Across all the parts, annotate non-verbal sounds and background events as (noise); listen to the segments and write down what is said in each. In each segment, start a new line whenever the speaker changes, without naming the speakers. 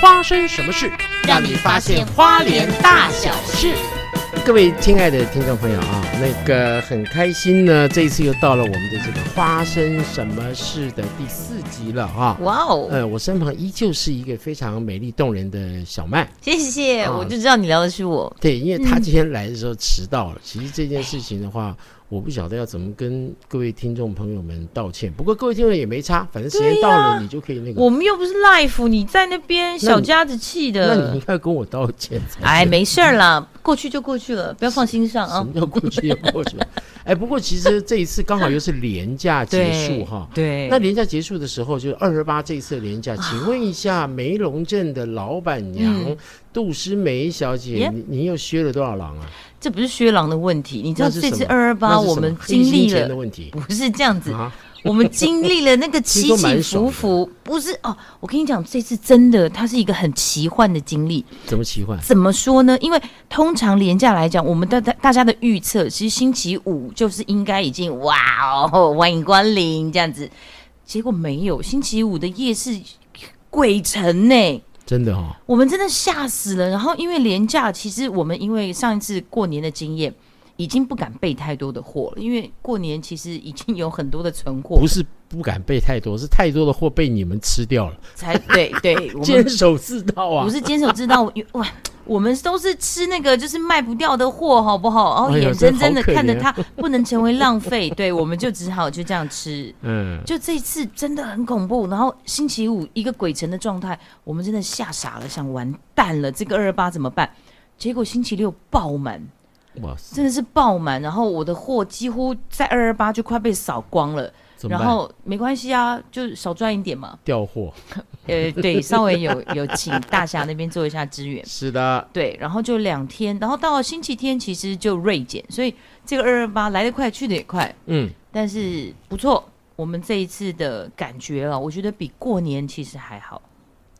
发生什么事，
让你发现花莲大小事。
各位亲爱的听众朋友啊，那个很开心呢，这一次又到了我们的这个发生什么事的第四集了哈、
哇哦，
呃，我身旁依旧是一个非常美丽动人的小麦，
谢谢，
啊
我就知道你聊的是我。
对，因为她今天来的时候迟到了。其实这件事情的话，我不晓得要怎么跟各位听众朋友们道歉。不过各位听众也没差，反正时间到了，你就可以那个。
我们又不是 life，你在那边小家子气
那你应
的。
该跟我道歉才对。
哎，没事儿啦，过去就过去了，不要放心上
什
啊
么。叫过去也过去了？哎，不过其实这一次刚好又是廉价结束哈。
对，啊
那廉价结束的时候，就是二十八这一次的廉价，请问一下梅龙镇的老板娘
嗯
杜诗梅小姐，
Yep
你你又削了多少狼啊？
这不是薛郎的问题，你知道
那是
这
什
次
么
二二八
那是什
我
么
们
黑
经
心
历
钱的
了，
问题
不是这样子，
啊，
我们经历了那个
其
起
实都
起
蛮爽的
伏伏，不是哦。我跟你讲，这次真的，它是一个很奇幻的经历。
怎么奇幻？
怎么说呢？因为通常廉价来讲，我们的大大家的预测，其实星期五就是应该已经哇哦，欢迎光临这样子。结果没有，星期五的夜市鬼城呢、
真的哈、
我们真的吓死了。然后因为廉价，其实我们因为上一次过年的经验，已经不敢备太多的货了，因为过年其实已经有很多的存货
不，是不敢备太多，是太多的货被你们吃掉了，
才对对，
(laughs)
我们
坚守自盗啊
不！是坚守之道，哇，我们都是吃那个就是卖不掉的货，好不好？然后
哎呦
眼睁睁的
真好可怜
看着它不能成为浪费，对，我们就只好就这样吃。
嗯，
就这一次真的很恐怖，然后星期五一个鬼城的状态，我们真的吓傻了，想完蛋了，这个二二八怎么办？结果星期六爆满，
哇塞，
真的是爆满，然后我的货几乎在二二八就快被扫光了，
怎么
然
办？
后没关系啊，就少赚一点嘛。
调货
呃，对，稍微有有请大侠那边做一下支援。
是的，
对，然后就两天，然后到了星期天其实就锐减，所以这个二二八来得快，去得也快，
嗯，
但是不错。我们这一次的感觉啊，我觉得比过年其实还好。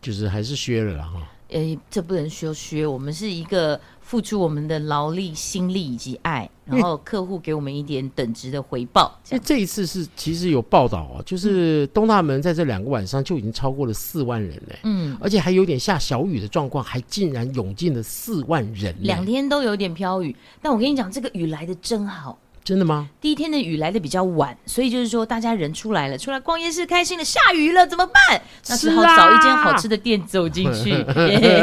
就是还是削了啦啊哈。
诶，这不能说削，我们是一个付出我们的劳力、心力以及爱，然后客户给我们一点等值的回报。这
因为
样
这一次是其实有报道啊，就是东大门在这两个晚上就已经超过了四万人嘞、
嗯，
而且还有点下小雨的状况，还竟然涌进了四万人、嘞
两天都有点飘雨，但我跟你讲，这个雨来的真好。
真的吗？
第一天的雨来的比较晚，所以就是说大家人出来了，出来逛夜市开心了，下雨了怎么办？那只好
是啊
找一间好吃的店走进
(laughs)
去， (laughs) 嘿嘿嘿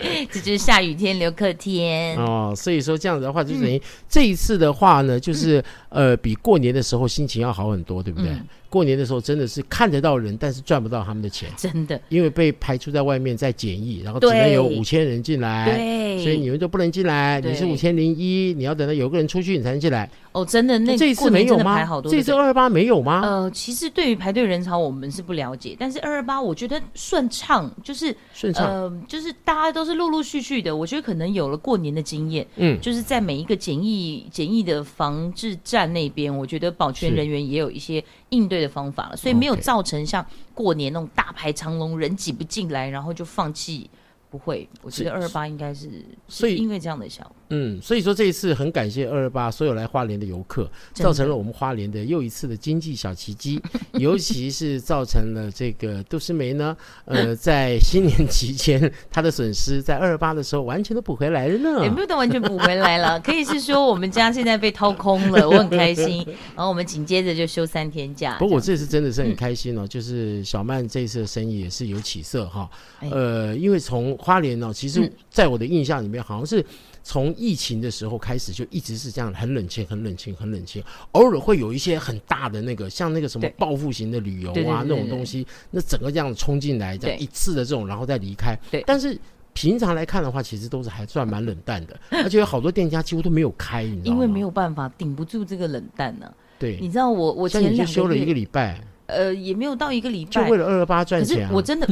嘿这就是下雨天留客天。
哦，所以说这样子的话，就等
嗯
于这一次的话呢，就是、呃，比过年的时候心情要好很多，对不对？
嗯
过年的时候真的是看得到人，但是赚不到他们的钱，
真的，
因为被排除在外面在检疫，然后只能
对
有五千人进来。
对，
哎所以你们就不能进来，你是
对
五千零一，你要等到有个人出去你才能进来。
哦，真的那
这一次
过
没
年
有
真的排好
吗？
多
这
的
一次二二八没有吗？
呃，其实对于排队人潮我们是不了解，但是二二八我觉得顺畅，就是
顺畅。
呃，就是大家都是陆陆续续的，我觉得可能有了过年的经验，
嗯，
就是在每一个简易简易的防治站那边，我觉得保全
是
人员也有一些应对的方法了，所以没有造成像过年那种大排长龙，人挤不进来，然后就放弃。不会，我觉得二二八应该是，
所以
是因为这样的效果，
嗯，所以说这一次很感谢二二八所有来花莲的游客，
真的
造成了我们花莲的又一次的经济小奇
(laughs)
迹，尤其是造成了这个杜诗梅呢，呃，在新年期间她的损失在二二八的时候完全都补回来了
也
呢
没。有到完全补回来了，可以是说我们家现在被掏空了，我很
(laughs)
开心。然后我们紧接着就休三天假。
不过我
啊这样嗯
这次真的是很开心哦，就是小曼这次的生意也是有起色哈。
哎
呃，因为从花莲哦，其实
嗯
在我的印象里面，好像是从疫情的时候开始就一直是这样，很冷清，很冷清，很冷清。偶尔会有一些很大的那个，像那个什么
对
报复型的旅游
对对对
啊那
对
种
对
东西，那整个这样冲进来，这样
对
一次的这种，然后再离开。
对
但是。平常来看的话，其实都是还算蛮冷淡
(laughs)
的，而且有好多店家几乎都没有开，你知道吗？
因为没有办法顶不住这个冷淡呢、
对，
你知道我我
像
前
你就
两
休了一
月
个礼拜，
呃也没有到一个礼
就
拜，
为了二二八
可
赚
是
钱、啊。
我真的，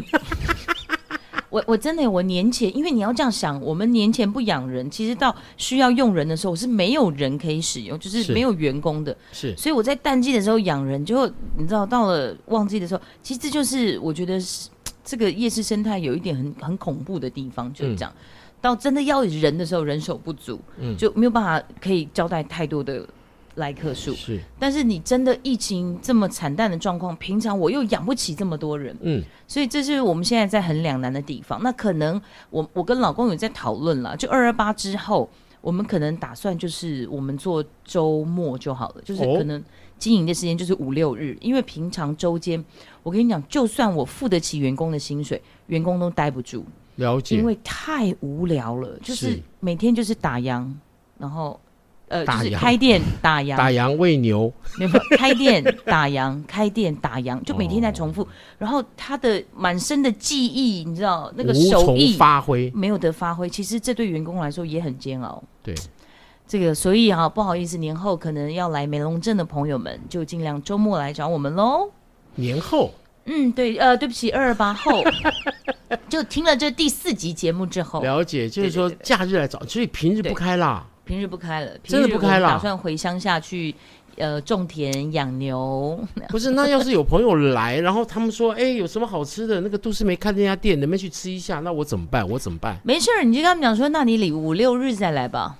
我我真的我年前，因为你要这样想，我们年前不养人，其实到需要用人的时候，我是没有人可以使用，就是
是
没有员工的，
是
所以我在淡季的时候养人，就你知道到了旺季的时候，其实这就是我觉得是这个夜市生态有一点很很恐怖的地方，就是这样。到真的要人的时候，人手不足，
嗯
就没有办法可以交代太多的来客数。
是，
但是你真的疫情这么惨淡的状况，平常我又养不起这么多人，
嗯，
所以这是我们现在在很两难的地方。那可能我我跟老公有在讨论了，就二二八之后，我们可能打算就是我们做周末就好了，就是
哦
可能经营的时间就是五六日，因为平常周间，我跟你讲，就算我付得起员工的薪水，员工都待不住，
了解
因。为太无聊了，就是
是
每天就是打烊，然后。呃，就
打
是
烊
开店打烊，
打烊喂牛，
没有没有开店打烊，开店打烊，
哦
就每天在重复。然后他的满身的技艺，你知道那个
无
手
从
艺
发挥。
没有得发挥，其实这对员工来说也很煎熬。
对，
这个，所以哈、不好意思，年后可能要来梅龙镇的朋友们，就尽量周末来找我们喽。
年后
嗯，对，呃，对不起，二二八后， (laughs) 就听了这第四集节目之后，
了解，就是说
哦对对
假日来找，所以平日
对
不开啦。
平日不开了，
真的不
平日我
开了
打算回乡下去，呃，种田养牛。
不是，那要是有朋友来，然后他们说，哎，有什么好吃的？那个都市梅看那家店，能不能去吃一下？那我怎么办？我怎么办？
没事儿，你就跟他们讲说，那你礼五六日再来吧。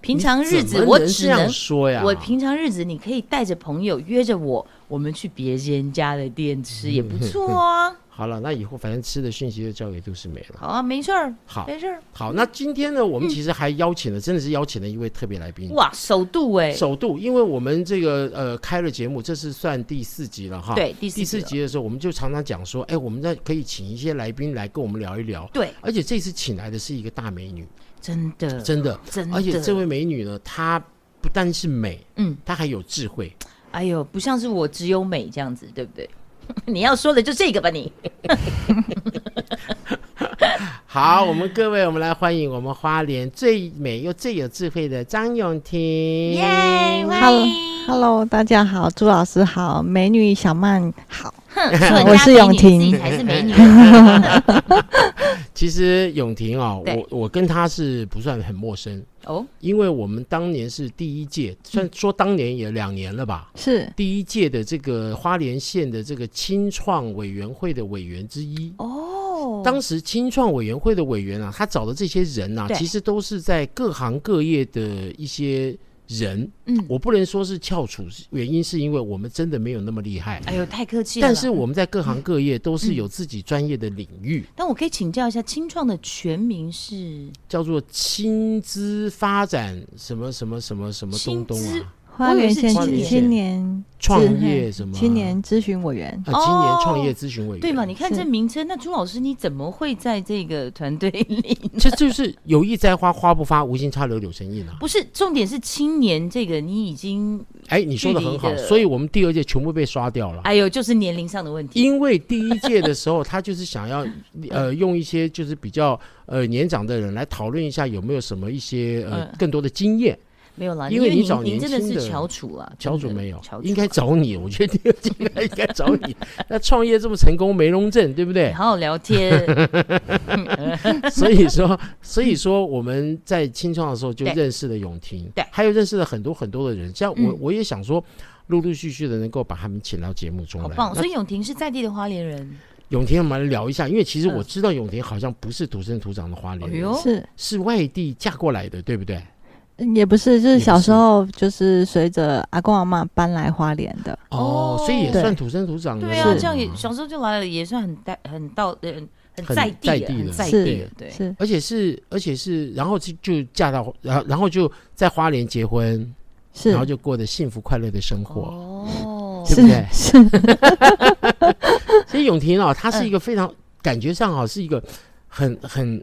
平常日
你怎
子
么
我
能
只
这样
能，
说呀，
我平常日子你可以带着朋友约着我，我们去别人家的店
嗯
吃也不错啊。
好了，那以后反正吃的讯息就交给都市梅了。
好啊，没事儿，
好，
没事儿。
好，那今天呢，
嗯
我们其实还邀请了，真的是邀请了一位特别来宾。
哇，首度哎、
首度，因为我们这个呃开了节目，这是算第四集了哈。，
对，第
第四
集了，
集的时候，我们就常常讲说，哎，我们在可以请一些来宾来跟我们聊一聊。
对，
而且这次请来的是一个大美女，
真的，
真的，
嗯真的，
而且这位美女呢，她不单是美，
嗯，
她还有智
(laughs)
慧。
哎呦，不像是我只有美这样子，对不对？ (laughs) 你要说的就这个吧，你
好，我们各位，我们来欢迎我们花莲最美又最有智慧的张永婷。
耶，欢
Hello
迎，
Hello，大家好，朱老师好，美女小曼好。
哼
我是永婷
你才是美
(laughs)
女，
其实永婷啊、
对
我我跟她是不算很陌生，
哦，
因为我们当年是第一届，
嗯
虽然说当年也两年了吧，
是
第一届的这个花莲县的这个青创委员会的委员之一。
哦，
当时青创委员会的委员啊，他找的这些人啊，
对
其实都是在各行各业的一些人。
嗯
我不能说是翘楚，原因是因为我们真的没有那么厉害。
哎嗯呦，太客气了啦。
但是我们在各行各业都是有自己专业的领域，
但我可以请教一下，清创的全名是
叫做薪资发展什么什么什么什么东东
薪资
啊，
花莲县
我以为是
青年
创业什么
青年咨询委员。
啊，青年
哦
创业咨询委员，
对嘛？你看
是
这名称，那朱老师你怎么会在这个团队里？ (laughs)
这就是有意栽花花不发，无心插柳柳成荫啊！
不是，重点是青年这个，你已经
哎，你说的很好
距离，的
所以我们第二届全部被刷掉了。
哎呦，就是年龄上的问题。
因为第一届的时候，他就是想
(laughs)
要，呃，用一些就是比较呃年长的人来讨论一下有没有什么一些呃
嗯
更多的经验。
没有啦，
因为你
您
找
您
年
真的
轻的
是翘楚啊，
乔主
真的
没有
翘，楚啊
应该找你。我觉得第二届应该应该找你。 (laughs) 那创业这么成功，梅龙镇对不对
你？好好
(laughs)
聊天。 (laughs)
所以说，所以说我们在清创的时候就
对
认识了永婷，
对
还有认识了很多很多的人。这样我、
嗯
我也想说，陆陆续续的能够把他们请到节目中
好
来。
棒！
那
所以永婷是在地的花莲人，
永婷，我们来聊一下，因为其实
嗯
我知道永婷好像不是土生土长的花莲
哎
人，
呦，
是嗯
是外地嫁过来的，对不对？
也不是，就
也
是
不是
小时候就是随着阿公阿妈搬来花莲的。
哦
所以也
对
算土生土长的。
对啊，
是嗯
这样也小时候就来了，也算很带很到很很
很在
在地啊，
地的
很在
是
地啊，对，
是
而且是，而且是，然后就就嫁到，然后然后就在花莲结婚，
是
然后就过得幸福快乐的生活。
哦，
对
是
不对
是
所以永婷啊，
嗯
她是一个非常、感觉上啊，是一个很很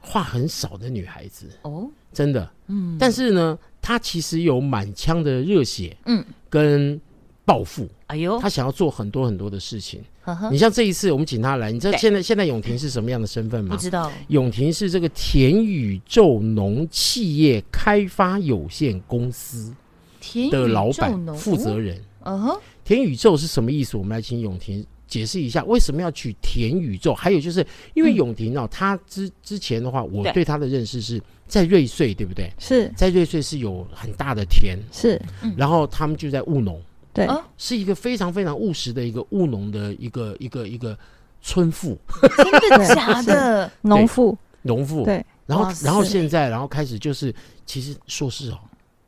话很少的女孩子，
哦，
真的。
嗯，
但是呢，她其实有满腔的热血，
嗯，
跟抱负，
哎呦，
她想要做很多很多的事情。
呵呵
你像这一次我们请她来，你知道
嗯对
现在现在永婷是什么样的身份
不
吗？
知道
永婷是这个田宇宙农企业开发有限公司
田宇
的老
宙
板
农
负责，人。(laughs)
嗯哼，
田宇宙是什么意思？我们来请永婷解释一下，为什么要取田宇宙？还有就是因为
嗯
永婷啊，她之之前的话，我
对
对她的认识是在瑞穗，对不对？
是
在瑞穗是有很大的田，
是，
然后他们就在务农，
对
哦
是一个非常非常务实的一个务农的一个一个一个村妇
真的
对
假的？
农妇
农妇。
对。
然后
哇，塞
然后现在，然后开始就是，其实说是哦，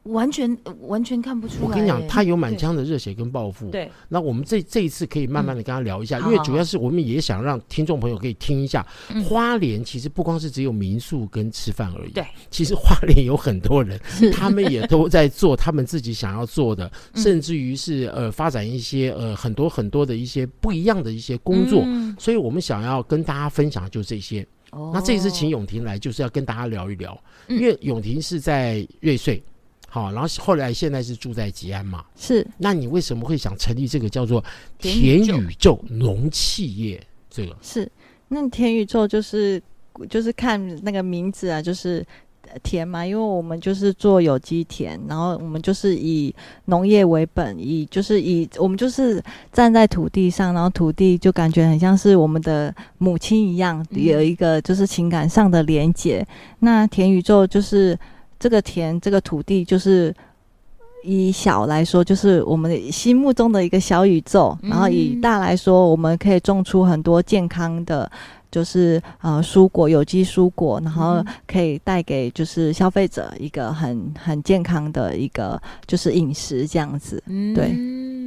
完全呃完全看不出来耶。
我跟你讲，他有满
对
腔的热血跟抱负。
对
那我们这这一次可以慢慢的跟他聊一下，
嗯
因为
好好
主要是我们也想让听众朋友可以听一下，
嗯
花莲其实不光是只有民宿跟吃饭而已，
对，
其实花莲有很多人，
是
他们也都在做他们自己想要做的，
嗯
甚至于是呃发展一些呃很多很多的一些不一样的一些工作。
嗯
所以我们想要跟大家分享就这些。那这一次请
哦
永婷来，就是要跟大家聊一聊，
嗯
因为永婷是在瑞穗，好，然后后来现在是住在吉安嘛。
是
那你为什么会想成立这个叫做田
田宇宙
宇宙农企业这个？
是，那田宇宙就是就是看那个名字啊，就是呃田嘛，因为我们就是做有机田，然后我们就是以农业为本，以就是以我们就是站在土地上，然后土地就感觉很像是我们的母亲一样，
嗯
有一个就是情感上的连结。那田宇宙就是这个田，这个土地就是。以小来说，就是我们心目中的一个小宇宙；然后以
嗯
大来说，我们可以种出很多健康的，就是呃蔬果、有机蔬果，然后
嗯
可以带给就是消费者一个很很健康的一个就是饮食这样子。
嗯
对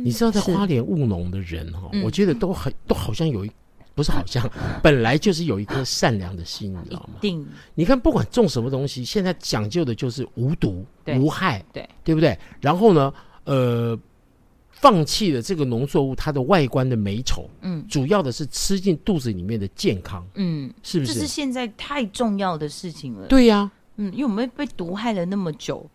你知道在
是
花莲务农的人哈、
嗯
我觉得都很都好像有一。不是好像， (laughs) 本来就是有一颗善良的心，你知
一
道吗？
定
你看，不管种什么东西，现在讲究的就是无毒、
对
无害，
对
对不对？然后呢，呃，放弃了这个农作物它的外观的美丑，
嗯
主要的是吃进肚子里面的健康，
嗯，
是不
这是
是？
现在太重要的事情了。
对呀、
嗯，因为我们被毒害了那么久，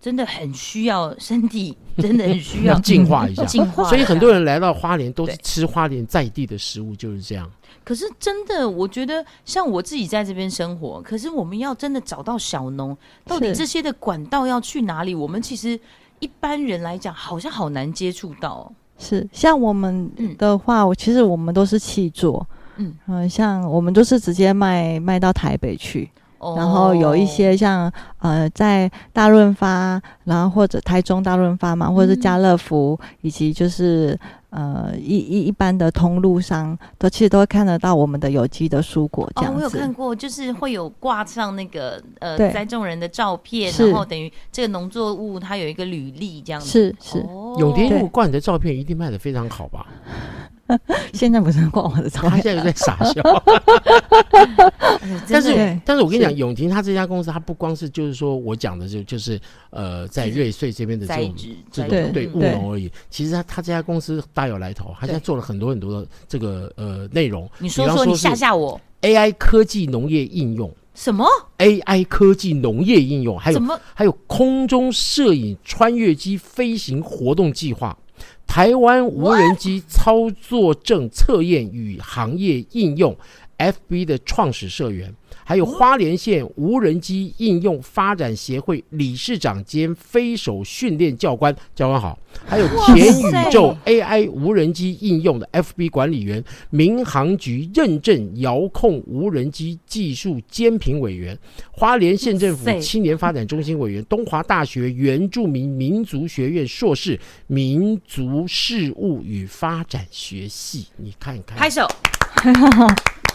真的很需要身体，真的很需要嗯
要净化一下
净化。
所以很多，人来到花莲都是
对
吃花莲在地的食物，就是这样。
可是真的，我觉得像我自己在这边生活，可是我们要真的找到小农，到底
是
这些的管道要去哪里？我们其实一般人来讲，好像好难接触到哦、
是像我们
嗯
的话，我其实我们都是气做，
嗯
嗯、像我们都是直接卖卖到台北去，
哦
然后有一些像呃在大润发，然后或者台中大润发嘛，
嗯
或者是家乐福，以及就是呃一一一般的通路商，都其实都会看得到我们的有机的蔬果这
哦，
样
我有
子。
看过，就是会有挂上那个呃
对
栽种人的照片，
是
然后等于这个农作物它有一个履历这样子。
是是，
哦
永田
对
如果挂你的照片，一定卖的非常好吧？
现在不是挂我的照
啊
他
片，
现在在傻笑。
(laughs)
但
但
是
是
真的，
但是我跟你讲，
是
永婷她这家公司，它不光是就是说我讲的就就是呃，在瑞穗这边的这
栽
种
植
这
栽
种
种
对
嗯
务农而已。其实他他这家公司大有来头，他现在
对
做了很多很多的这个呃内容
你说
比方
说，你
说是
吓吓我，
，AI 科技农业应用
什么？
，AI 科技农业应用，还
怎
有
么？
还有空中摄影穿越机飞行活动计划。台湾无人机操作证测验与行业应用，FB 的创始社员，还有花莲县无人机应用发展协会理事长兼飞手训练教官，教官好，还有
哇
田
塞
宇宙 AI 无人机应用的 FB 管理员，民航局认证遥控无人机技术监评委员，花莲县政府
哇塞
青年发展中心委员， (laughs) 东华大学原住民民族学院硕士，民族事务与发展学系。你看看，
拍
(laughs)
手！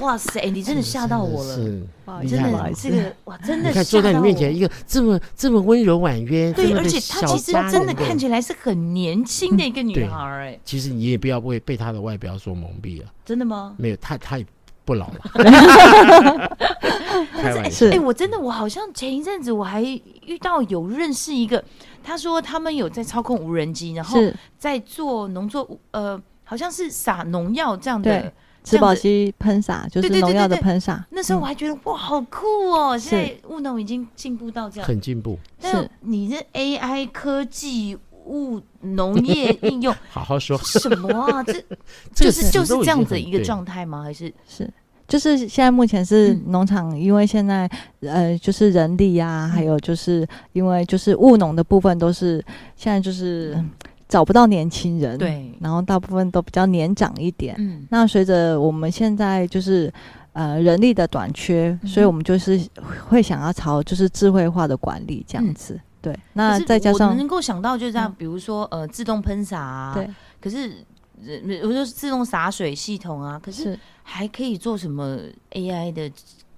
哇塞，你真的吓到我
真
了，
的是
不好
厉
意
害
思
吧
真
不好
的
意
这
思
个哇，真
你
的
看坐在你面前一
个。
个这么这么温柔婉约，这
对，
么
而
的
且她
小
其实
家
真的
人嗯
看起来是很年轻的一个女
对
孩儿，哎，
其实你也不要被被他的外表所蒙蔽了，
真的吗？
没有，他他也不老了。
(laughs)
开玩
但
笑
是
是
哎、我真的我好像前一阵子我还遇到有认识一个，他说他们有在操控无人机，然后
是
在做农作物，呃，好像是撒农药这样的
对。吃饱吸喷洒，就
对
是
对对
农药的
对对
喷洒。
那时候我
嗯
还觉得、哇，好酷哦！
是
现在务农已经进步到这样，
很进步，
但是
是
你这 AI 科技务农业应用
好好说。
什么啊？这
这
就
个
是
词
就
都
是
已经
这样子
很
一个
对
状态吗？还是
是，就是现在目前是
嗯
农场，因为现在呃，就是人力啊，
嗯
还有就是因为就是务农的部分都是现在就是找不到年轻人，，
嗯对，
然后大部分都比较年长一点。
嗯，
那随着我们现在就是呃人力的短缺，所以
嗯
我们就是会想要朝就是智慧化的管理这样
嗯
子。对，
可
那
是
再加
我
上
能够想到就是这样，
嗯
比如说呃，自动喷洒啊，
对
可是呃我就是自动洒水系统啊，可是
是
还可以做什么 AI 的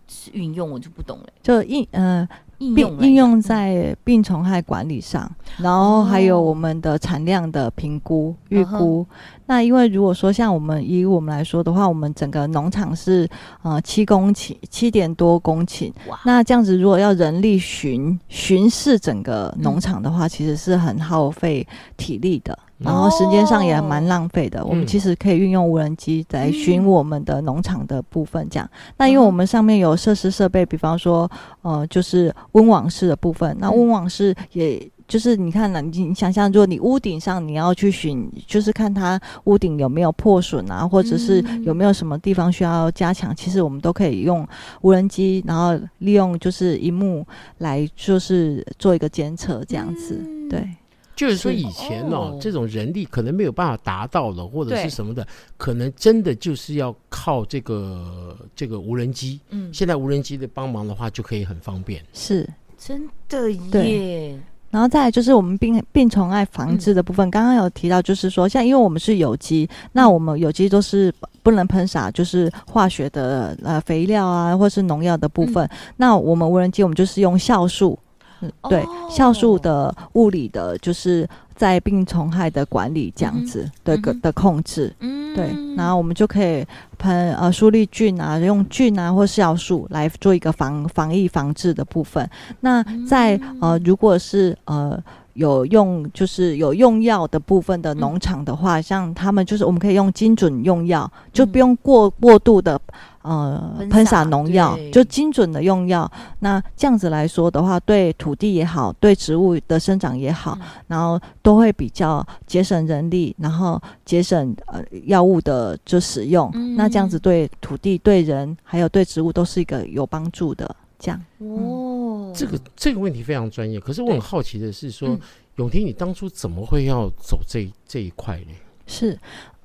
是运用，我就不懂了。
就应呃
应
病
用来嗯
应用
讲
在病虫害管理上，然后还有我们的产量的评估、预
哦嗯哼
估。那因为如果说像我们以我们来说的话，我们整个农场是呃七公顷，七点多公顷。
哇，
那这样子，如果要人力巡巡视整个农场的话，其实是很耗费体力的，
嗯
然后时间上也蛮浪费
哦
的。我们
嗯
其实可以运用无人机来巡
嗯
我们的农场的部分，这样。那因为
嗯哼
我们上面有设施设备，比方说，呃，就是温网室的部分。那
嗯
温网室也。就是你看了，你你想象，如果你屋顶上你要去巡，就是看它屋顶有没有破损啊，或者是
嗯
有没有什么地方需要加强，其实我们都可以用无人机，然后利用就是荧幕来就是做一个监测这样子。
嗯
对，
就是说
是
以前哦
哦，
这种人力可能没有办法达到了，或者
对
是什么的，可能真的就是要靠这个这个无人机。
嗯，
现在无人机的帮忙的话，就可以很方便。
是。
真的
对
耶，
然后再来就是我们病病虫害防治的部分，刚刚有提到，就是说像因为我们是有机，
嗯
那我们有机都是不能喷洒，就是化学的呃肥料啊，或是农药的部
嗯
分。那我们无人机，我们就是用酵素，嗯
哦
对，酵素的物理的，就是在病虫害的管理这样子的、
嗯
个
哼
的控制。
嗯，
对，然后我们就可以喷呃舒利菌啊，用菌啊或酵素来做一个防防疫防治的部分。那在呃，如果是呃。有用就是有用药的部分的农场的话，像他们就是我们可以用精准用药，就不用过过度的呃
喷
喷
洒
洒农药
对，
就精准的用药。那这样子来说的话，对土地也好，对植物的生长也好，
嗯
然后都会比较节省人力，然后节省呃药物的就使用。
嗯
那这样子对土地、对人还有对植物都是一个有帮助的。这样嗯
哦，
这个这个问题非常专业，可是我很好奇的是说，
嗯
永婷，你当初怎么会要走这一这一块呢？
是，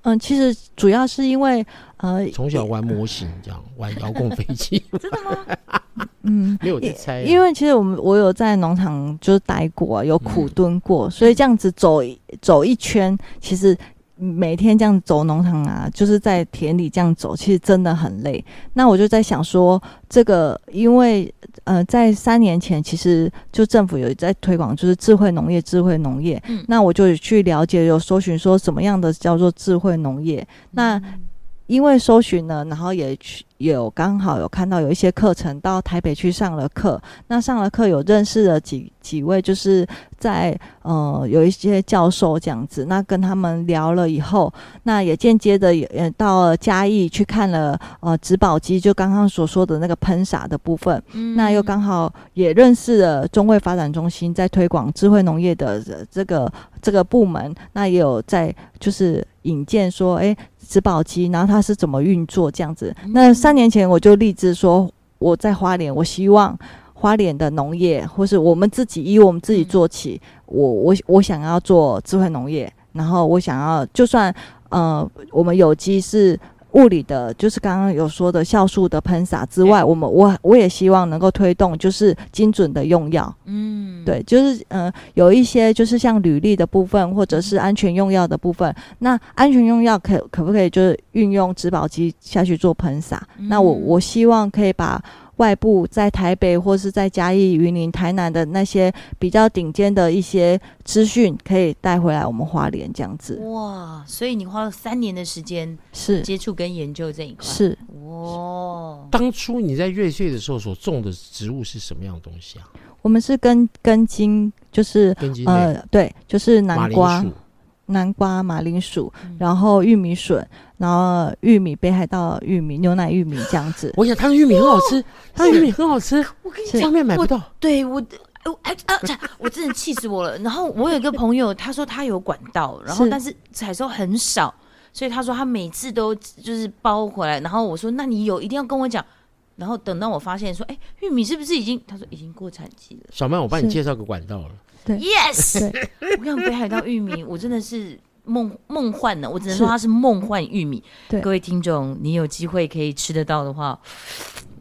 嗯，其实主要是因为呃，
从小玩模型，这样玩遥控飞机，
真的吗？
嗯，
没有在猜啊、
(laughs) 因为其实我们我有在农场就是待过，啊有苦蹲过，所以这样子走一走一圈，其实每天这样走农场啊，就是在田里这样走，其实真的很累。那我就在想说，这个因为呃，在三年前其实就政府有在推广就是智慧农业，智慧农业。
嗯
那我就去了解，有搜寻说什么样的叫做智慧农业。那因为搜寻呢，然后也去有刚好有看到有一些课程到台北去上了课，那上了课有认识了几几位，就是在呃有一些教授这样子，那跟他们聊了以后，那也间接的也也到了嘉义去看了呃植保机，就刚刚所说的那个喷洒的部分，
嗯
那又刚好也认识了中卫发展中心在推广智慧农业的这这个这个部门，那也有在就是引荐说，哎，植保机，然后它是怎么运作这样子。那
嗯
三年前我就立志说，我在花莲，我希望花莲的农业，或是我们自己以我们自己
嗯
做起，我我我想要做智慧农业，然后我想要就算呃，我们有机是物理的，就是刚刚有说的酵素的喷洒之外，我们我我也希望能够推动就是精准的用药，
嗯，
对，就是嗯、呃有一些就是像履历的部分或者是安全用药的部分，那安全用药可可不可以就是运用植保机下去做喷洒？
嗯
那我我希望可以把。外部在台北或是在嘉义、云林、台南的那些比较顶尖的一些资讯，可以带回来我们花莲这样子，
哦哇，所以你花了三年的时间
是
接触跟研究这一块，
是。
哦，
当初你在瑞穗的时候所种的植物是什么样的东西啊？
我们是根根茎，就是
根茎类、
呃，对，就是
马
南
铃
瓜
薯、、
南瓜、马铃薯，
嗯
然后玉米笋，然后玉米、北海道玉米、牛奶玉米这样子。
我想它的玉米很好吃，它的玉米很好吃，
哦我跟你
是
讲，
外面买不到。
对我。我哎啊！这我真的气死我了。然后我有一个朋友，他说他有管道，然后
是
但是采收很少，所以他说他每次都就是包回来。然后我说那你有一定要跟我讲。然后等到我发现说，哎，玉米是不是已经？他说已经过产期了。
小曼，我帮你
是
介绍个管道了。
Yes，
对
(laughs) 我想北海道玉米，我真的是梦梦幻的，我只能说
是
它是梦幻玉米。
对
各位听众，你有机会可以吃得到的话，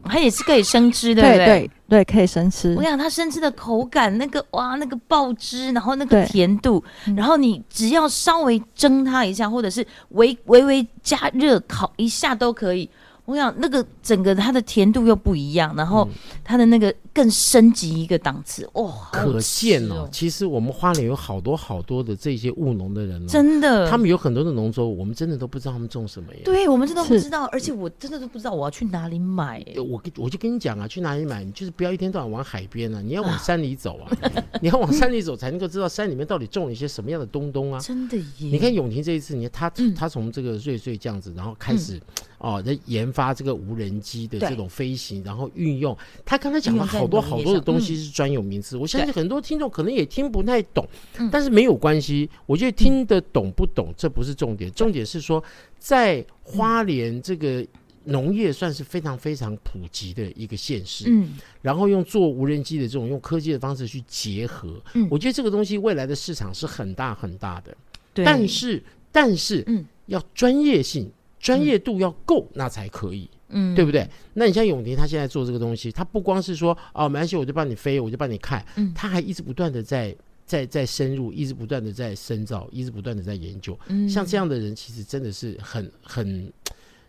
它也是可以生吃，不 (laughs)
对
对？
对对，可以生吃
我。想它生吃的口感，那个哇，那个爆汁，然后那个
对
甜度，
嗯
然后你只要稍微蒸它一下，或者是微微微加热烤一下都可以。我想那个整个它的甜度又不一样，然
嗯
后它的那个更升级一个档次，哦，好好
可见
吃
哦
哦，，
其实我们花莲有好多好多的这些务农的人哦，
真的，
他们有很多的农作物，我们真的都不知道他们种什么耶。
对我们真的不
是
知道，而且我真的都不知道我要去哪里买，哎
我跟我就跟你讲啊，去哪里买，你就是不要一天到晚往海边啊，你要往山里走啊，
(laughs)
你要往山里走才能够知道山里面到底种了一些什么样的东东啊。
真的耶。
你看永婷这一次，你看
嗯
他他从这个瑞穗这样子，然后开始哦，在研发这个无人机的
对
这种飞行，然后运用。他刚才讲了
运用在
好多
农
好
业
多的
上
东西是专有名词，我相信很多听众可能也听不太懂
嗯，
但是没有关系，我觉得听得懂不懂这不是重点，重点是说
嗯
在花莲这个。农业算是非常非常普及的一个县市，
嗯，
然后用做无人机的这种用科技的方式去结合，
嗯
我觉得这个东西未来的市场是很大很大的。
对，
但是但是，
嗯
要专业性、专业度要够，那才可以，
嗯，
对不对？那你像永婷，她现在做这个东西，她不光是说哦，没关系，我就帮你飞，我就帮你看，
嗯
她还一直不断的在。在在深入，一直不断的在深造，一直不断的在研究。
嗯
像这样的人，其实真的是很很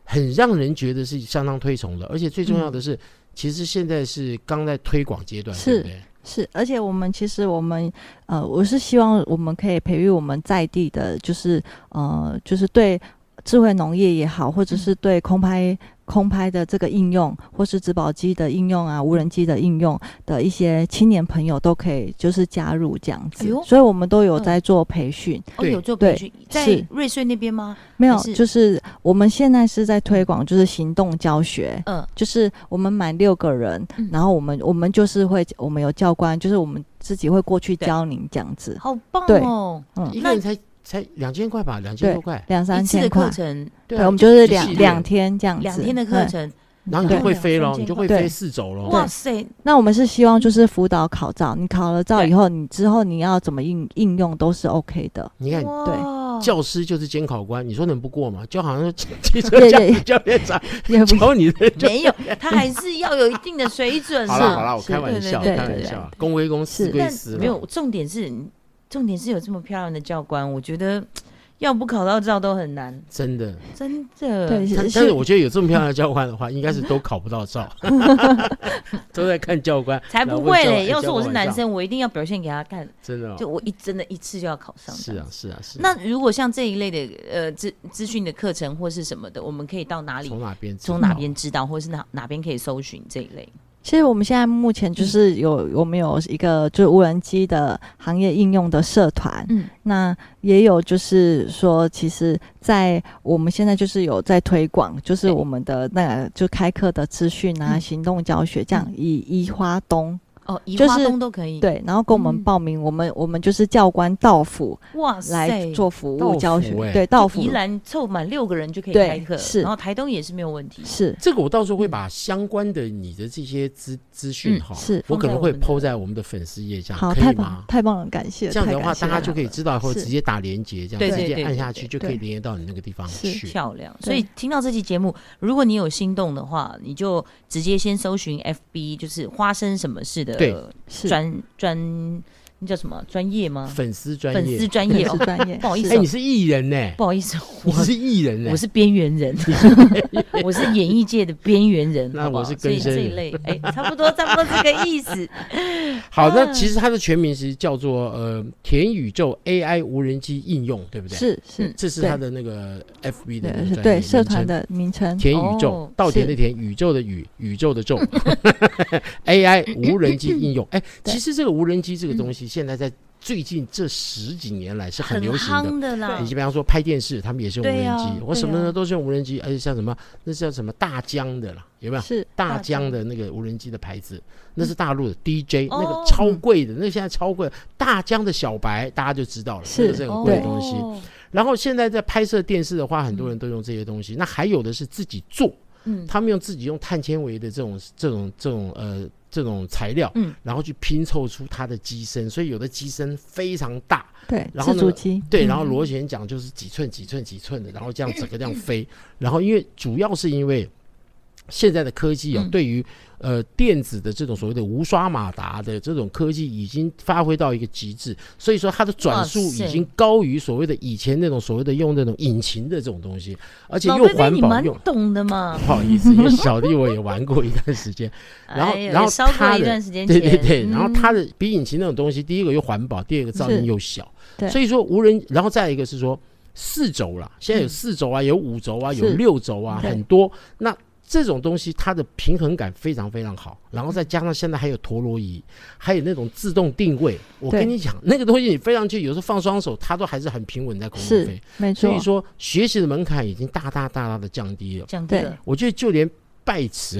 很让人觉得是相当推崇的。而且最重要的是，其实现在是刚在推广阶段，对
是
不对？
是，而且我们其实我们呃，我是希望我们可以培育我们在地的，就是呃，就是对智慧农业也好，或者
嗯
是对空拍。空拍的这个应用，或是植保机的应用啊，无人机的应用啊的一些青年朋友都可以就是加入这样
哎
子，
呦
所以我们都有
嗯
在做培训。
哦，有做
对
培训在
是
瑞穗那边吗？
没有
还，是
就是我们现在是在推广就是行动教学，
嗯，
就是我们满六个人，
嗯
然后我们我们就是会我们有教官，就是我们自己会过去
对
教您这样子，
好棒
对
哦，
一个
那
人才才两千块吧，两千
对
多块，
两
一
三
次的
千
课
块。
程，
对
对，
啊
我们就是
一
两
系列
两天这样子，
两天的课
嗯
程，
然后你就
对
会飞
两
咯，
千
你就会
块
飞四轴咯。
哇塞，
那我们是希望就是辅导考照，你考了照
对
以后，你之后你要怎么应应用都是 OK 的。
你看，
哇，
教师就是监考官，你说能不过吗？ (laughs) 就好像汽车
对
驾
对
驶教练 (laughs) 长
也不
教你的就。
没有，他还是要有一定的水准
好了
啊。
好了，我
是
开玩笑，
对
开
对对
玩
对
笑，啊公归公，私
是
归私。
但没，有，重点是，重点是有这么漂亮的教官，我觉得要不考到照都很难，
真的。
真的。
对，
但
是
但是
是
我觉得有这么漂亮的教官的话， (laughs) 应该是都考不到照， (laughs) 都在看教官。
(laughs) 才
然
不
后问
会
教官
嘞！要是我是
哎
男，
教
生，我一定要表现给他看，
官真的哦
就我一真的一次就要考上。
是啊，是啊是啊。
那如果像这一类的呃资资讯的课程或是什么的，我们可以到哪里
从？哪边？
从哪边？知道，或是哪哪边可以搜寻这一类？
(laughs) 其实我们现在目前
嗯
就是有我们有一个就是无人机的行业应用的社团，
嗯，
那也有就是说，其实，在我们现在就是有在推广，就是
对
我们的那个就开课的资讯啊、
嗯
行动教学这样，以宜花东
哦，移
就是
花东都可以。，
对，然后跟我们
嗯
报名，我们我们就是教官到府
哇塞，
来做服
到
务教
府
学，
欸
对，到
就
府
宜兰凑满六个人就可以
对
开课，
是
然后台东也是没有问题。
是
这个我到时候会把相关的你的这些资资讯
嗯
哈，
是
我可能会
放在我们的
PO 在我们的粉丝页上，
好，
可
太
以
棒
吗？
太棒了，感谢，
这样
太
的话，
感谢
大家就
了
可以知道以后
是
直接打连接，这
对
样
对
直接
对
按
对
下
对
去就可以连接到你那个地方
是
去。
漂亮。
对
所以听到这期节目，如果你有心动的话，你就直接先搜寻 FB，就是花生什么事
对
的
是
专专，那叫什么专业吗？
粉丝专
粉丝
业，
专
对
业
是
哦，
专业，
不好意
是
思
哎，你是艺人呢？
不好意思，
你
我
是艺人呢
我？是边
(laughs)
缘人，我是演艺界的边缘人，
那
好不
我
好
是
所以
更生
这一
人
类，哎，差不多差不多这个意思。
好，那
啊
其实它的全名是叫做呃田宇宙 AI 无人机应用，对不对？，
是是
嗯，
这是它的那个 FB 的那个专业名
对对社团
称
的名称，
田宇宙
哦，
稻田的
是
田，宇宙的宇，宇宙的宙，AI 无人机应用。哎，
对
其实这个无人机这个东西，现在在最近这十几年来是 (laughs) 很流行的。
夯的啦
你，就比方说拍电视，他们也是用无
对
人
呀
机，
对啊
我什么
呀
呢都是用无人机，而哎且像什么那叫什么大疆的啦，有没有？
是
大
大
疆
疆
的那个无人机的牌子，那是大陆的 DJ，、那
哦
个超贵的，那现在超贵。大疆的小白大家就知道了，
是
那个是很贵的东西。
哦
然后现在在拍摄电视的话，很多人都用这些东西。那还有的是自己做，
嗯，
他们用自己用碳纤维的这种这种这种呃这种材料，
嗯
然后去拼凑出它的机身，所以有的机身非常大，
对
然后
自
呢
主机，
对，
嗯
然后螺旋桨就是几寸、几寸、几寸的，然后这样整个这样飞。然后因为主要是因为现在的科技哦，
嗯
对于呃电子的这种所谓的无刷马达的这种科技已经发挥到一个极致，所以说它的转速
哇塞
已经高于所谓的以前那种所谓的用那种引擎的这种东西，而且
老
又
贝贝
环
你
保
蛮
又。
懂的嘛。
不好意思，因为小弟我也玩过一段时间，然后
哎呦
然后
也烧过
他
一
的
段时间
对
前，
对对，然后
嗯
它的比引擎那种东西，第一个又环保，第二个噪音
是
又小，
对
所以说无人，然后再一个是说四轴啦，现在有
嗯
四轴啊，有五轴啊，有
是
六轴啊，
对
很多那。这种东西它的平衡感非常非常好，然后再加上现在还有陀螺仪，还有那种自动定位。我
对
跟你讲，那个东西你飞上去，有时候放双手，它都还是很平稳在空中
是哦
飞。
没
所
错
以，说，学习的门槛已经大大大大的降低了。
讲这
对
个，
我觉得就连拜词，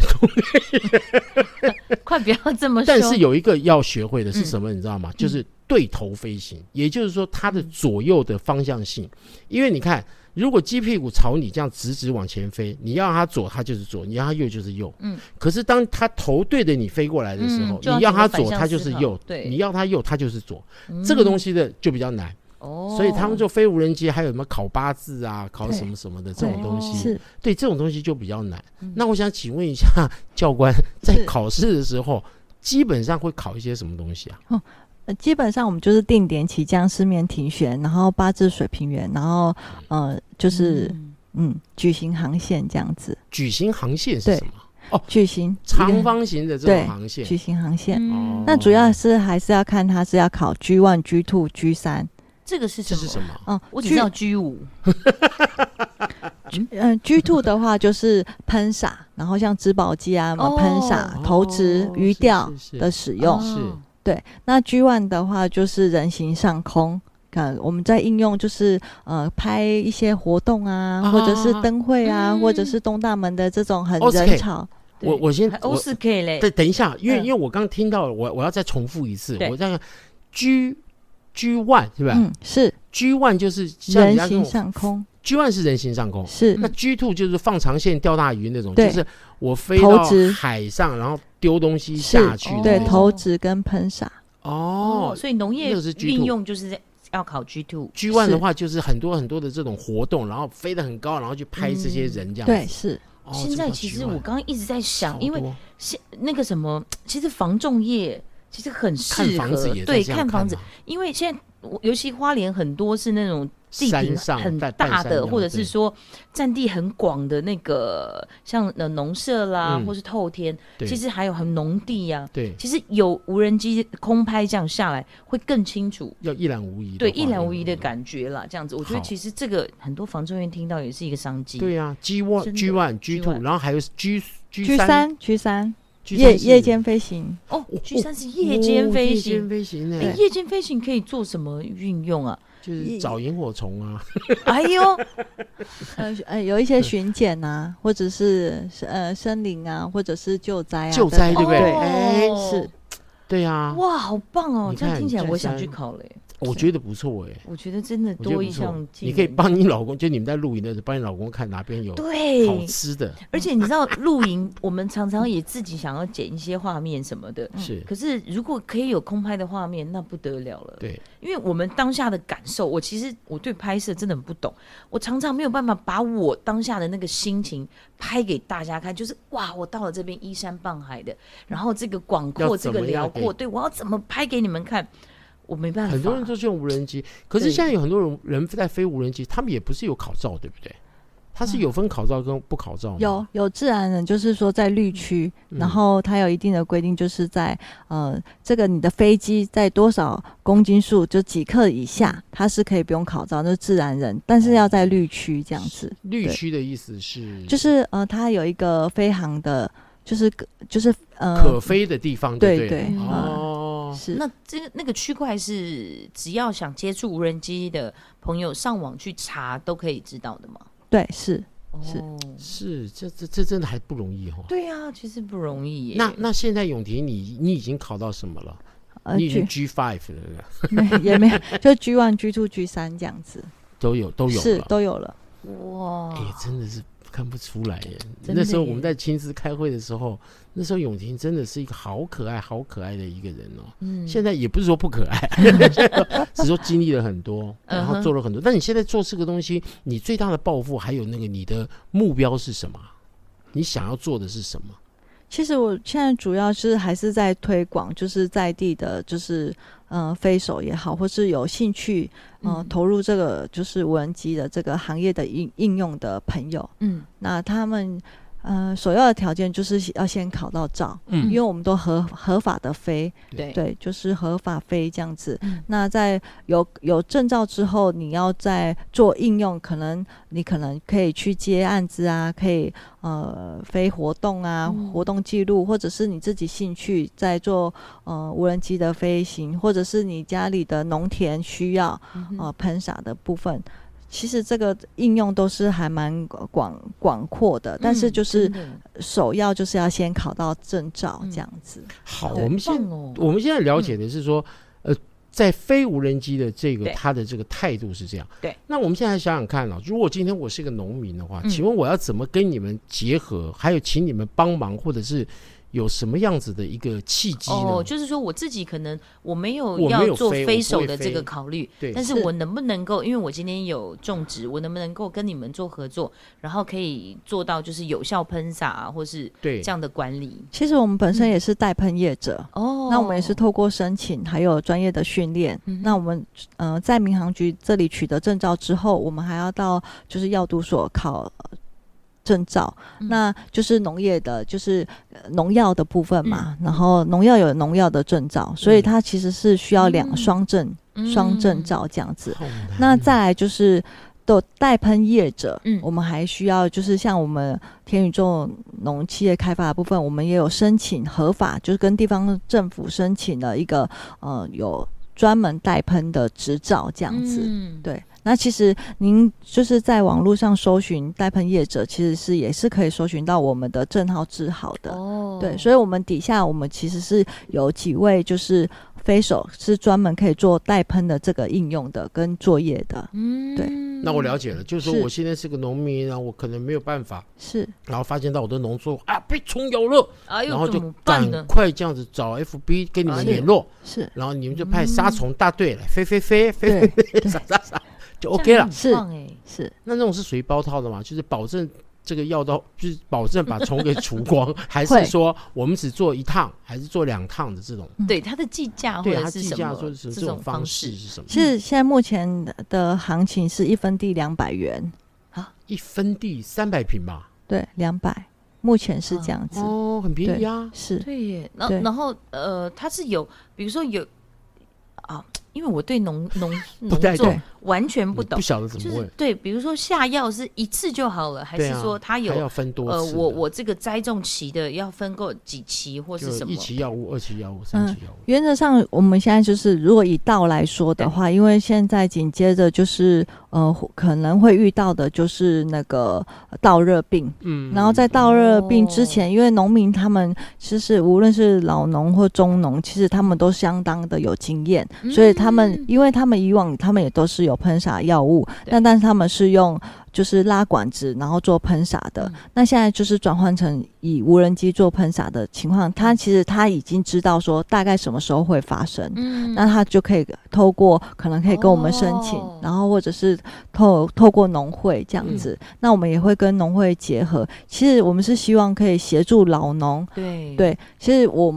快不要这么呃
(laughs)
说。嗯
但是有一个要学会的是什么，你知道吗？就是对头飞行，也就是说它的左右的方向性。因为你看，如果鸡屁股朝你这样直直往前飞，你要它左，它就是左；你要它右，就是右。
嗯。
可是当它头对着你飞过来的时候
嗯，就要
你要它
整个
左，
反向
它就是
思考
右；
对嗯
你要它右，它就是左。这个东西的就比较难，
哦，
所以他们就飞无人机，还有什么考八字啊、考
对
什么什么的这种
对
东西。
是
对这种东西就比较难。
嗯
那我想请问一下 (laughs) 教官，在
是
考试的时候，基本上会考一些什么东西啊？
呃，基本上我们就是定点起降、四面停旋，然后八字水平圆，然后呃，就是
嗯
嗯矩形航线这样子，
矩形航线是
对
什么？
矩形
长方形的这种
对
航线。
矩形航线。
哦
嗯，
那主要是还是要看它是要考 G one、G two、G 三
这个是
这
什
是什
么？
么？
哦。
我只
G
知道 G 五，
嗯 G two 的话就是喷洒，然后像织宝机啊、什么喷洒
哦、
投掷、鱼钓
是是
的
是
使用。
是
哦
那 G one 的话就是人行上空，看我们在应用就是呃拍一些活动啊，
啊哦
或者是灯会啊，
嗯
或者是东大门的这种很
OK
人潮。
对
我我先
还
我
O 四 K 嘞，
等等一下，因为
嗯
因为我刚听到了，我我要再重复一次，
对
我在 G G one 是吧
嗯，是
？G one 就是像人
人
家
行
跟我
上空，
G one 是人行上空，
是
嗯
那 G two 就是放长线钓大鱼那种，就
对
是我飞到
投掷
海上，然后丢东西
是
下去的
对
那种。
投掷跟喷洒。
哦
所以农业
那个是 G2
运用就是在要考 G two，
，G one 的
是
话就是很多很多的这种活动，然后飞得很高，然后去拍这些人这样子。
对，是
哦，
嗯现
这
在
叫
其
G1
实我刚刚一直在
好
想，因为
多
现那个什么，其实防重业其实很适
看房子
合
也，在
对，
这样
看房子
啊，，
因为现在我尤其花莲很多是那种地
山
平
上
很
在半
大
山
的，
腰
或者
对
是说占地很广的那个，像呃农舍啦，
嗯
或是透天，
对
其实还有很农地呀、
对
其实有无人机空拍这样下来会更清楚，
要一览无遗的
对
画
一览无遗的
面。嗯
感觉啦。这样子，我觉得
好
其实这个很多房仲员听到也是一个商机。
对呀，G one、
真的
G one、G two，
G1
然后还有 G G
G 三 G 三
G
夜夜间
(laughs)
飞行。
哦
哦
，G 三是夜间飞
夜间
行，
飞行呢
哎，，夜间飞行可以做什么运用啊？ (laughs)
就是找萤火虫啊，
哎呦，
呃呃，有一些巡检啊，或者是呃森林啊，或者是救灾啊，
救灾对
等
不
等
对？
哦
哎，
是
对呀，
哇，好棒哦！
啊你
这样
看
听起来
这
我想
三
去考嘞。
我觉得不错哎，
我觉得真的
我觉得
多
不
一
错
项。技
你可以
能
帮你老公， (laughs) 就你们在露营的时候，帮你老公看哪边有好
对，
吃的，
而且你知道露营，我们常常也自己想要剪一些画面什么的。
是
可是如果可以有空拍的画面，那不得了了。
对，
因为我们当下的感受，我其实我对拍摄真的很不懂，我常常没有办法把我当下的那个心情拍给大家看，就是哇，我到了这边依山傍海的，然后这个广
要
阔，这
怎
个
么样
辽
给
阔，对我要怎么拍给你们看？我没办法，
很多人都是用无人机，可是
对
现在有很多人人在飞无人机，他们也不是有考照，对不对？他是有分考照跟不考照吗？
有有自然人，就是说在绿区，
嗯
然后它有一定的规定，就是在呃这个你的飞机在多少公斤数就几克以下，它是可以不用考照，就是自然人，但是要在绿区这样子，
绿
对
区的意思是
就是呃它有一个飞航的，就是就是呃
可飞的地方，
对
不对
嗯
对
哦，
是
那这个那个区块是只要想接触无人机的朋友上网去查都可以知道的吗？
对是是
哦，
是这这这真的还不容易哦。
对啊，其实不容易耶。
那那现在永婷，你你已经考到什么了？
呃
你已经 G
G
five 了对不对，
没 (laughs) 也没有，就 G one G two G 三这样子，
都有都有
是
了。
都有了，
哇
哎，真的是看不出来耶。
啊真的
那时候我
耶
们在亲自开会的时候，那时候永婷真的是一个好可爱、好可爱的一个人哦。(laughs)
嗯
现在也不是说不可爱， (laughs) 只是说经历了很多，
嗯
然后做了很多。但你现在做这个东西，你最大的抱负还有那个你的目标是什么？你想要做的是什么？
其实我现在主要是还是在推广，就是在地的，就是嗯、呃，飞手也好，或是有兴趣嗯、呃
嗯
投入这个就是无人机的这个行业的应应用的朋友，
嗯
那他们呃所要的条件就是要先考到照，
嗯
因为我们都合合法的飞，
对
对，就是合法飞这样子。
嗯
那在有有证照之后，你要在做应用，可能你可能可以去接案子啊，可以呃飞活动啊，
嗯
活动记录，或者是你自己兴趣在做呃无人机的飞行，或者是你家里的农田需要
嗯
呃喷洒的部分。其实这个应用都是还蛮广广阔的，但是就是
嗯真的嗯
首要就是要先考到证照这样子。
好，
好
啊我们现
棒哦
我们现在了解的是说，呃，在非无人机的这个
对
它的这个态度是这样。
对。
那我们现在想想看啊，如果今天我是个农民的话，
嗯
请问我要怎么跟你们结合？还有，请你们帮忙，或者是有什么样子的一个契机呢？
哦，就是说我自己可能我没有
我没
要
有
做
飞我
飞
不
手
会
的这
飞
个考虑，
对
但是
是
我能不能够，因为我今天有种植，我能不能够跟你们做合作，然后可以做到就是有效喷洒、啊、或是
对
这，样的管理？
其实我们本身
嗯
也是带喷业者，
哦，
那我们也是透过申请还有专业的训练。
嗯哼
那我们呃在民航局这里取得证照之后，我们还要到就是药毒所考。呃证照，
嗯
那就是农业的，就是呃农药的部分嘛。
嗯
然后农药有农药的证照，所以
嗯
它其实是需要两
嗯
双证、
嗯
双证，照这样子。
好难哦
那再来就是都带喷业者，
嗯
我们还需要就是像我们天宇宙农企业开发的部分，我们也有申请合法，就是跟地方政府申请了一个呃有专门带喷的执照这
这
样子。
嗯、
对，那其实您就是在网络上搜寻带喷业者，其实是也是可以搜寻到我们的证号字号的。
哦，
对，所以，我们底下我们其实是有几位就是飞手是专门可以做带喷的这个应用的跟作业的，
嗯，
对
那我了解了，就是说
是
我现在是个农民，然后我可能没有办法，
是
然后发现到我的农作物啊被虫咬了，
哎呦，
然后
怎
就
么办
赶
呢？
快这样子找 FB 跟你
哎
们
呦
联络，
是
然后你们就派
嗯
杀虫大队来飞飞飞飞
(laughs) 对
杀杀杀，就 OK 了。
这样很棒哎，
是嗯
那那种是属于包套的嘛，就是保证这个药到，就是保证把虫给除光， (laughs) 还是
会
说我们只做一趟，还是做两趟的这种？
对，它的计价哦或
对，
者
他
是
计
什
价
么
说是
这
这种
方
方式是什么？
是现在目前的行情是一分地两百元，
一分地三百平吧，
对，两百，目前是这样子，
哦，很便宜啊。
是
对耶，然后
对
然后呃，它是有，比如说有啊，因为我对农农
(laughs) 不太
农
懂
作完全
你
不懂
不，晓得怎
就
么
是
问，
对，比如说下药是一次就好了，还
对
是
啊
说它
还
有
要分多
呃，
次的。
我我这个栽种期的要分够几期或是
就
什
一
么？
期药物、二期药物、三期药物，
原则上，我们现在就是，如果以道来说的话，因为现在紧接着就是，呃，可能会遇到的就是那个呃稻热病，
嗯
然后在到热病
哦
之前，因为农民他们其实无论是老农或中农，其实他们都相当的有经验，所以他们
嗯
因为他们以往他们也都是有喷洒药物，
对
但但是他们是用就是拉管子然后做喷洒的
嗯。
那现在就是转换成以无人机做喷洒的情况，他其实他已经知道说大概什么时候会发生。
嗯
(laughs)
那他就可以透过可能可以跟我们申请，
哦
然后或者是透透过农会这样子，
嗯
那我们也会跟农会结合。其实我们是希望可以协助老农，
对
对，其实我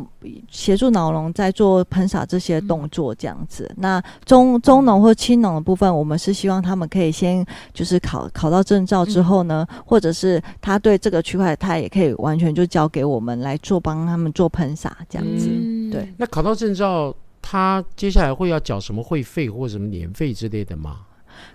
协助老农在做喷洒这些动作这样
嗯
子。那中中农或青农的部分，我们是希望他们可以先就是考考到证照之后呢，
嗯
或者是他对这个区块他也可以完全就交给我们来做帮他们做喷洒这样子。
嗯
对
那考到证照，他接下来会要缴什么会费或什么年费之类的吗？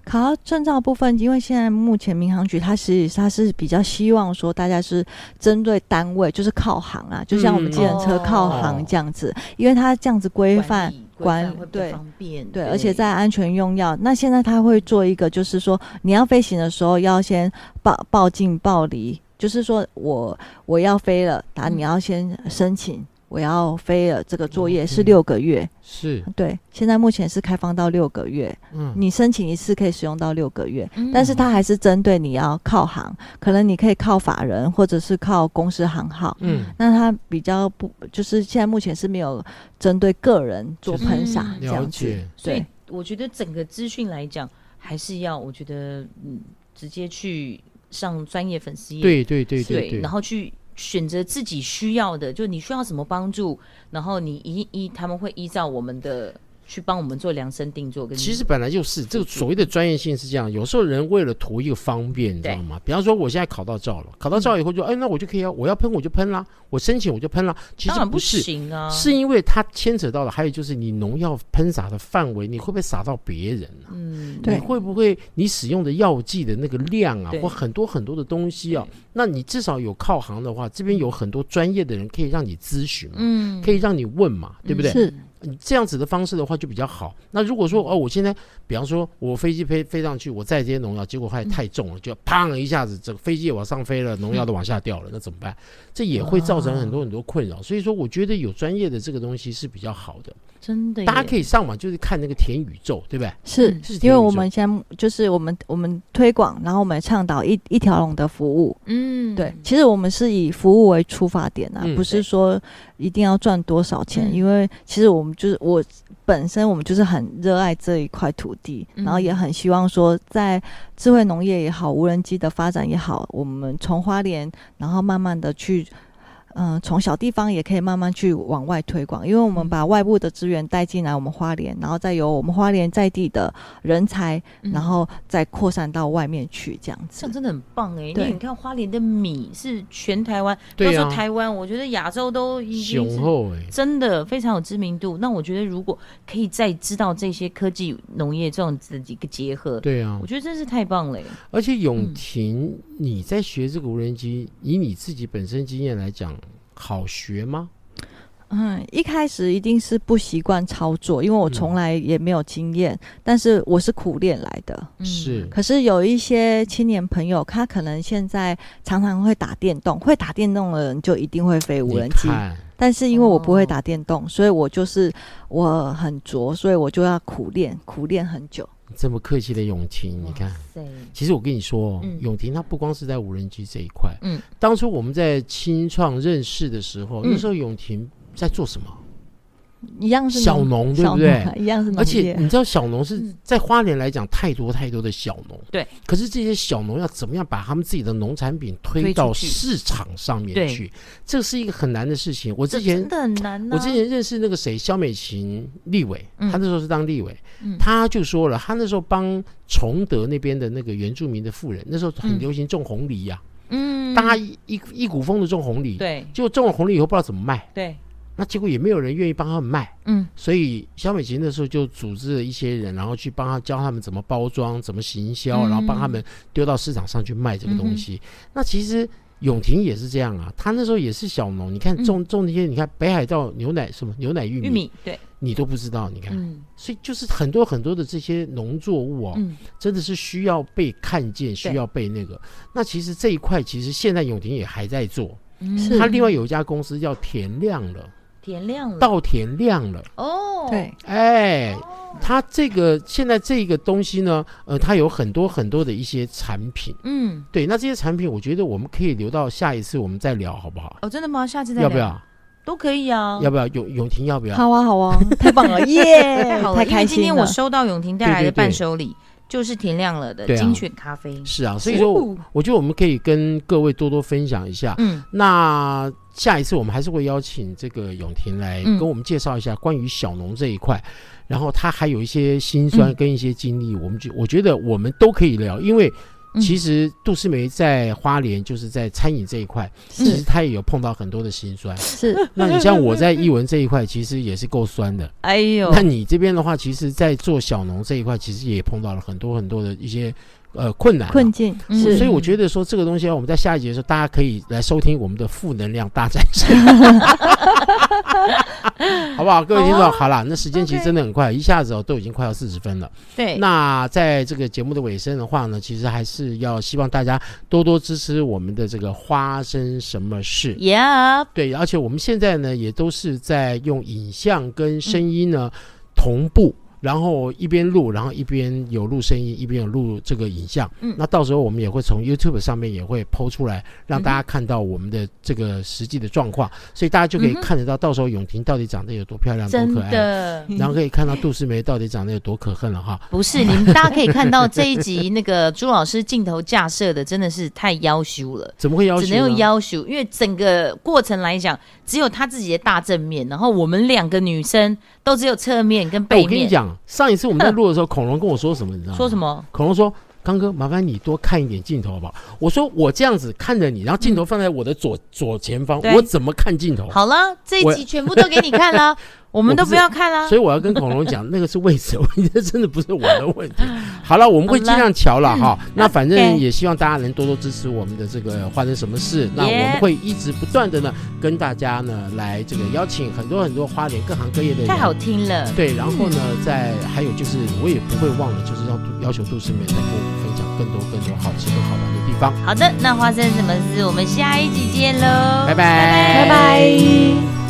考到证照部分，因为现在目前民航局它其实它是比较希望说大家是针对单位，就是靠行啊，就像我们
嗯
计程车靠
哦
行这样子，因为它这样子规
管
范。
理
管
规范会比较
对
方便，
对，而且在安全用药，那现在它会做一个，就是说你要飞行的时候要先报报进报离，就是说我我要飞了，打
嗯
你要先申请，我要飞了，这个作业是
嗯
六个月，
是，
对，现在目前是开放到六个月，
嗯，
你申请一次可以使用到六个月，
嗯
但是它还是针对你要靠行，可能你可以靠法人或者是靠公司行号。
嗯，
那它比较不，就是现在目前是没有针对个人做喷洒
嗯
这
了
样子。
解。
所以
对，
我觉得整个资讯来讲，还是要我觉得嗯，直接去上专业粉丝
嗯
页，
对对对
对
对
然，后去选择自己需要的，就你需要什么帮助，然后你依依他们会依照我们的去帮我们做量身定做跟。
其实本来就是这个所谓的专业性是这样，有时候人为了图一个方便，你知道吗？比方说我现在考到照了，
嗯
考到照以后就，哎，那我就可以啊，我要喷我就喷啦，我申请我就喷啦。其
当
实
然不
是，
行啊，
是因为它牵扯到了，还有就是你农药喷洒的范围，你会不会洒到别人啊？
嗯，
对
你会不会你使用的药剂的那个量啊
对，
或很多很多的东西啊？那你至少有靠行的话，这边有很多专业的人可以让你咨询嘛，
嗯，
可以让你问嘛，对不对？
是
你这样子的方式的话就比较好。那如果说
嗯
哦，我现在比方说我飞机飞飞上去，我载这些农药，结果发现太重了，就砰一下子，整个飞机也往上飞了，农药都往下掉了，那怎么办？这也会造成很多很多困扰。所以说，我觉得有专业的这个东西是比较好的。
嗯真的耶，
大家可以上网就是看那个田宇宙，对不对？
是
嗯
是
因
田宇宙
为我们现在就是我们我们推广，然后我们倡导一一条龙的服务。
嗯，
对，其实我们是以服务为出发点啊，
嗯
不是说一定要赚多少钱，
嗯
因为其实我们就是我本身我们就是很热爱这一块土地，
嗯
然后也很希望说在智慧农业也好，无人机的发展也好，我们从花莲，然后慢慢的去。嗯，从小地方也可以慢慢去往外推广，因为我们
嗯
把外部的资源带进来，我们花莲，然后再由我们花莲在地的人才，
嗯
然后再扩散到外面去，这样
这
子
样。真的很棒哎！因
对
为你看花莲的米是全台湾，不
对
要
啊
说台湾，我觉得亚洲都已经
雄
是
厚哎、
真的非常有知名度。那我觉得如果可以再知道这些科技农业这样子的一个结合，
对啊
我，觉得真是太棒了耶。
而且永
嗯
婷，你在学这个无人机，以你自己本身经验来讲，好学吗？
嗯，一开始一定是不习惯操作，因为我
嗯
从来也没有经验，但是我是苦练来的。
嗯
是
可是有一些青年朋友，他可能现在常常会打电动，会打电动的人就一定会飞无人机
你。看
但是因为我不
哦
会打电动，所以我就是我很拙，所以我就要苦练，苦练很久。
这么客气的永婷，你看。
对，
其实我跟你说哦，
嗯
永婷她不光是在无人机这一块，
嗯，
当初我们在清创认识的时候，
嗯
那时候永婷在做什么？
一样是
小农，
农
对
小
不对？
农一样是农
而且
业。
你知道小农是
嗯
在花莲来讲太多太多的小农，
对。
可是这些小农要怎么样把他们自己的农产品
推
推
出
到
去
市场上面
对
去？这是一个很难的事情。我之
这
前
真的很难呢。
我之前认识那个谁，肖美琴立委，
嗯
她那时候是当立委，
嗯
她就说了，她那时候帮崇德那边的那个原住民的妇人，那时候
嗯
很流行种红梨呀、
嗯
大家一一一股风的种红梨，
对
结果种了红梨以后不知道怎么卖，
对，
那结果也没有人愿意帮他们卖，
嗯
所以肖美琴那时候就组织了一些人，然后去帮他教他们怎么包装、怎么行销，
嗯
然后帮他们丢到市场上去卖这个东西。那其实。永婷也是这样啊，她那时候也是小农，你看
嗯
种种那些，你看北海道牛奶什么牛奶玉米，
玉米对，
你都不知道，你看，
嗯
所以就是很多很多的这些农作物哦，
嗯
真的是需要被看见，需要被那个。那其实这一块，其实现在永婷也还在做，
嗯
是
他另外有一家公司叫田亮了，
点亮了
稻田亮了，
哦，
对，
哎。它这个现在这个东西呢，呃，它有很多很多的一些产品，
嗯
对，那这些产品我觉得我们可以留到下一次我们再聊，好不好？
哦，真的吗？下次再
要不
聊
要？
都可以啊，
要不要？永永婷要不要？
好啊，好
(laughs)
啊，太棒了，耶！
太好了，
太
因为
开
今天
心
我
了。
收到永婷带来的
对对哎对
伴手礼就是田亮了的
对啊
精选咖啡，
是啊，所以说我
哦
我觉得我们可以跟各位多多分享一下，
嗯，
那下一次我们还是会邀请这个永婷来
嗯
跟我们介绍一下关于小农这一块，然后他还有一些辛酸
嗯
跟一些经历，我们就我觉得我们都可以聊，因为
嗯
其实杜思梅在花莲就是在餐饮这一块，
嗯
其实 (laughs)
是
她也有碰到很多的辛
(laughs)
酸。
是，
那你像我在译文这一块，其实也是够酸的。
哎呦
那，你这边的话，其实，在做小农这一块，其实也碰到了很多很多的一些呃困难啊、
困境
嗯
是
所以我觉得说这个东西啊，我们在下一节的时候，大家可以来收听我们的负能量大战士，
(laughs)
好不好？各位听众，
好啊
好啦，那时间其实
OK
真的很快，一下子哦都已经快要四十分了。
对，
那在这个节目的尾声的话呢，其实还是要希望大家多多支持我们的这个花生什么事。
Yeah，
对，
嗯
而且我们现在呢也都是在用影像跟声音呢、同步。然后一边录，然后一边有录声音，一边有录这个影像。
嗯
那到时候我们也会从 YouTube 上面也会抛出来，让大家看到我们的这个实际的状况，所以大家就可以
嗯哼
看得到，到时候永婷到底长得有多漂亮、多
真
可
(laughs)
爱，
的。
然后可以看到杜诗梅到底长得有多可恨了哈。
不是，你们大家可以看到这一集那个朱老师镜头架设的真的是太要羞了，
怎么会要求
只能用
呢？
要求，因为整个过程来讲，只有他自己的大正面，然后我们两个女生都只有侧面跟
哎
背
我跟你
面。
讲，啊上一次
(laughs)
我们在录的时候，恐龙跟我说什么？你知道吗？
说什？么？
恐龙说：“康哥，麻烦你多看一点镜头好不好？”我说：“我这样子看着你，然后镜头放在我的左、左前方，
对
我怎么看镜头？”
好了，这一
我
集全部都给你看了，我们都
我不
不
是
要看
(laughs)
了
所。以我要跟恐龙讲，那个是位置的 (laughs) 问题，这真的不是我的问
(laughs)
题。好了，我们会尽量瞧了哈。那反正
OK
也希望大家能多多支持我们的这个发生什么事。那我
Yeah
们会一直不断的呢，跟大家呢来这个邀请很多很多花莲各行各业的人。
太好听了，
对，然后呢，在还有就是，我也不会忘了，就是要要求杜诗美来跟我们分享更多更多好吃跟好玩的地方。
好的，那发生什么事？我们下一集见喽，
拜拜
拜拜。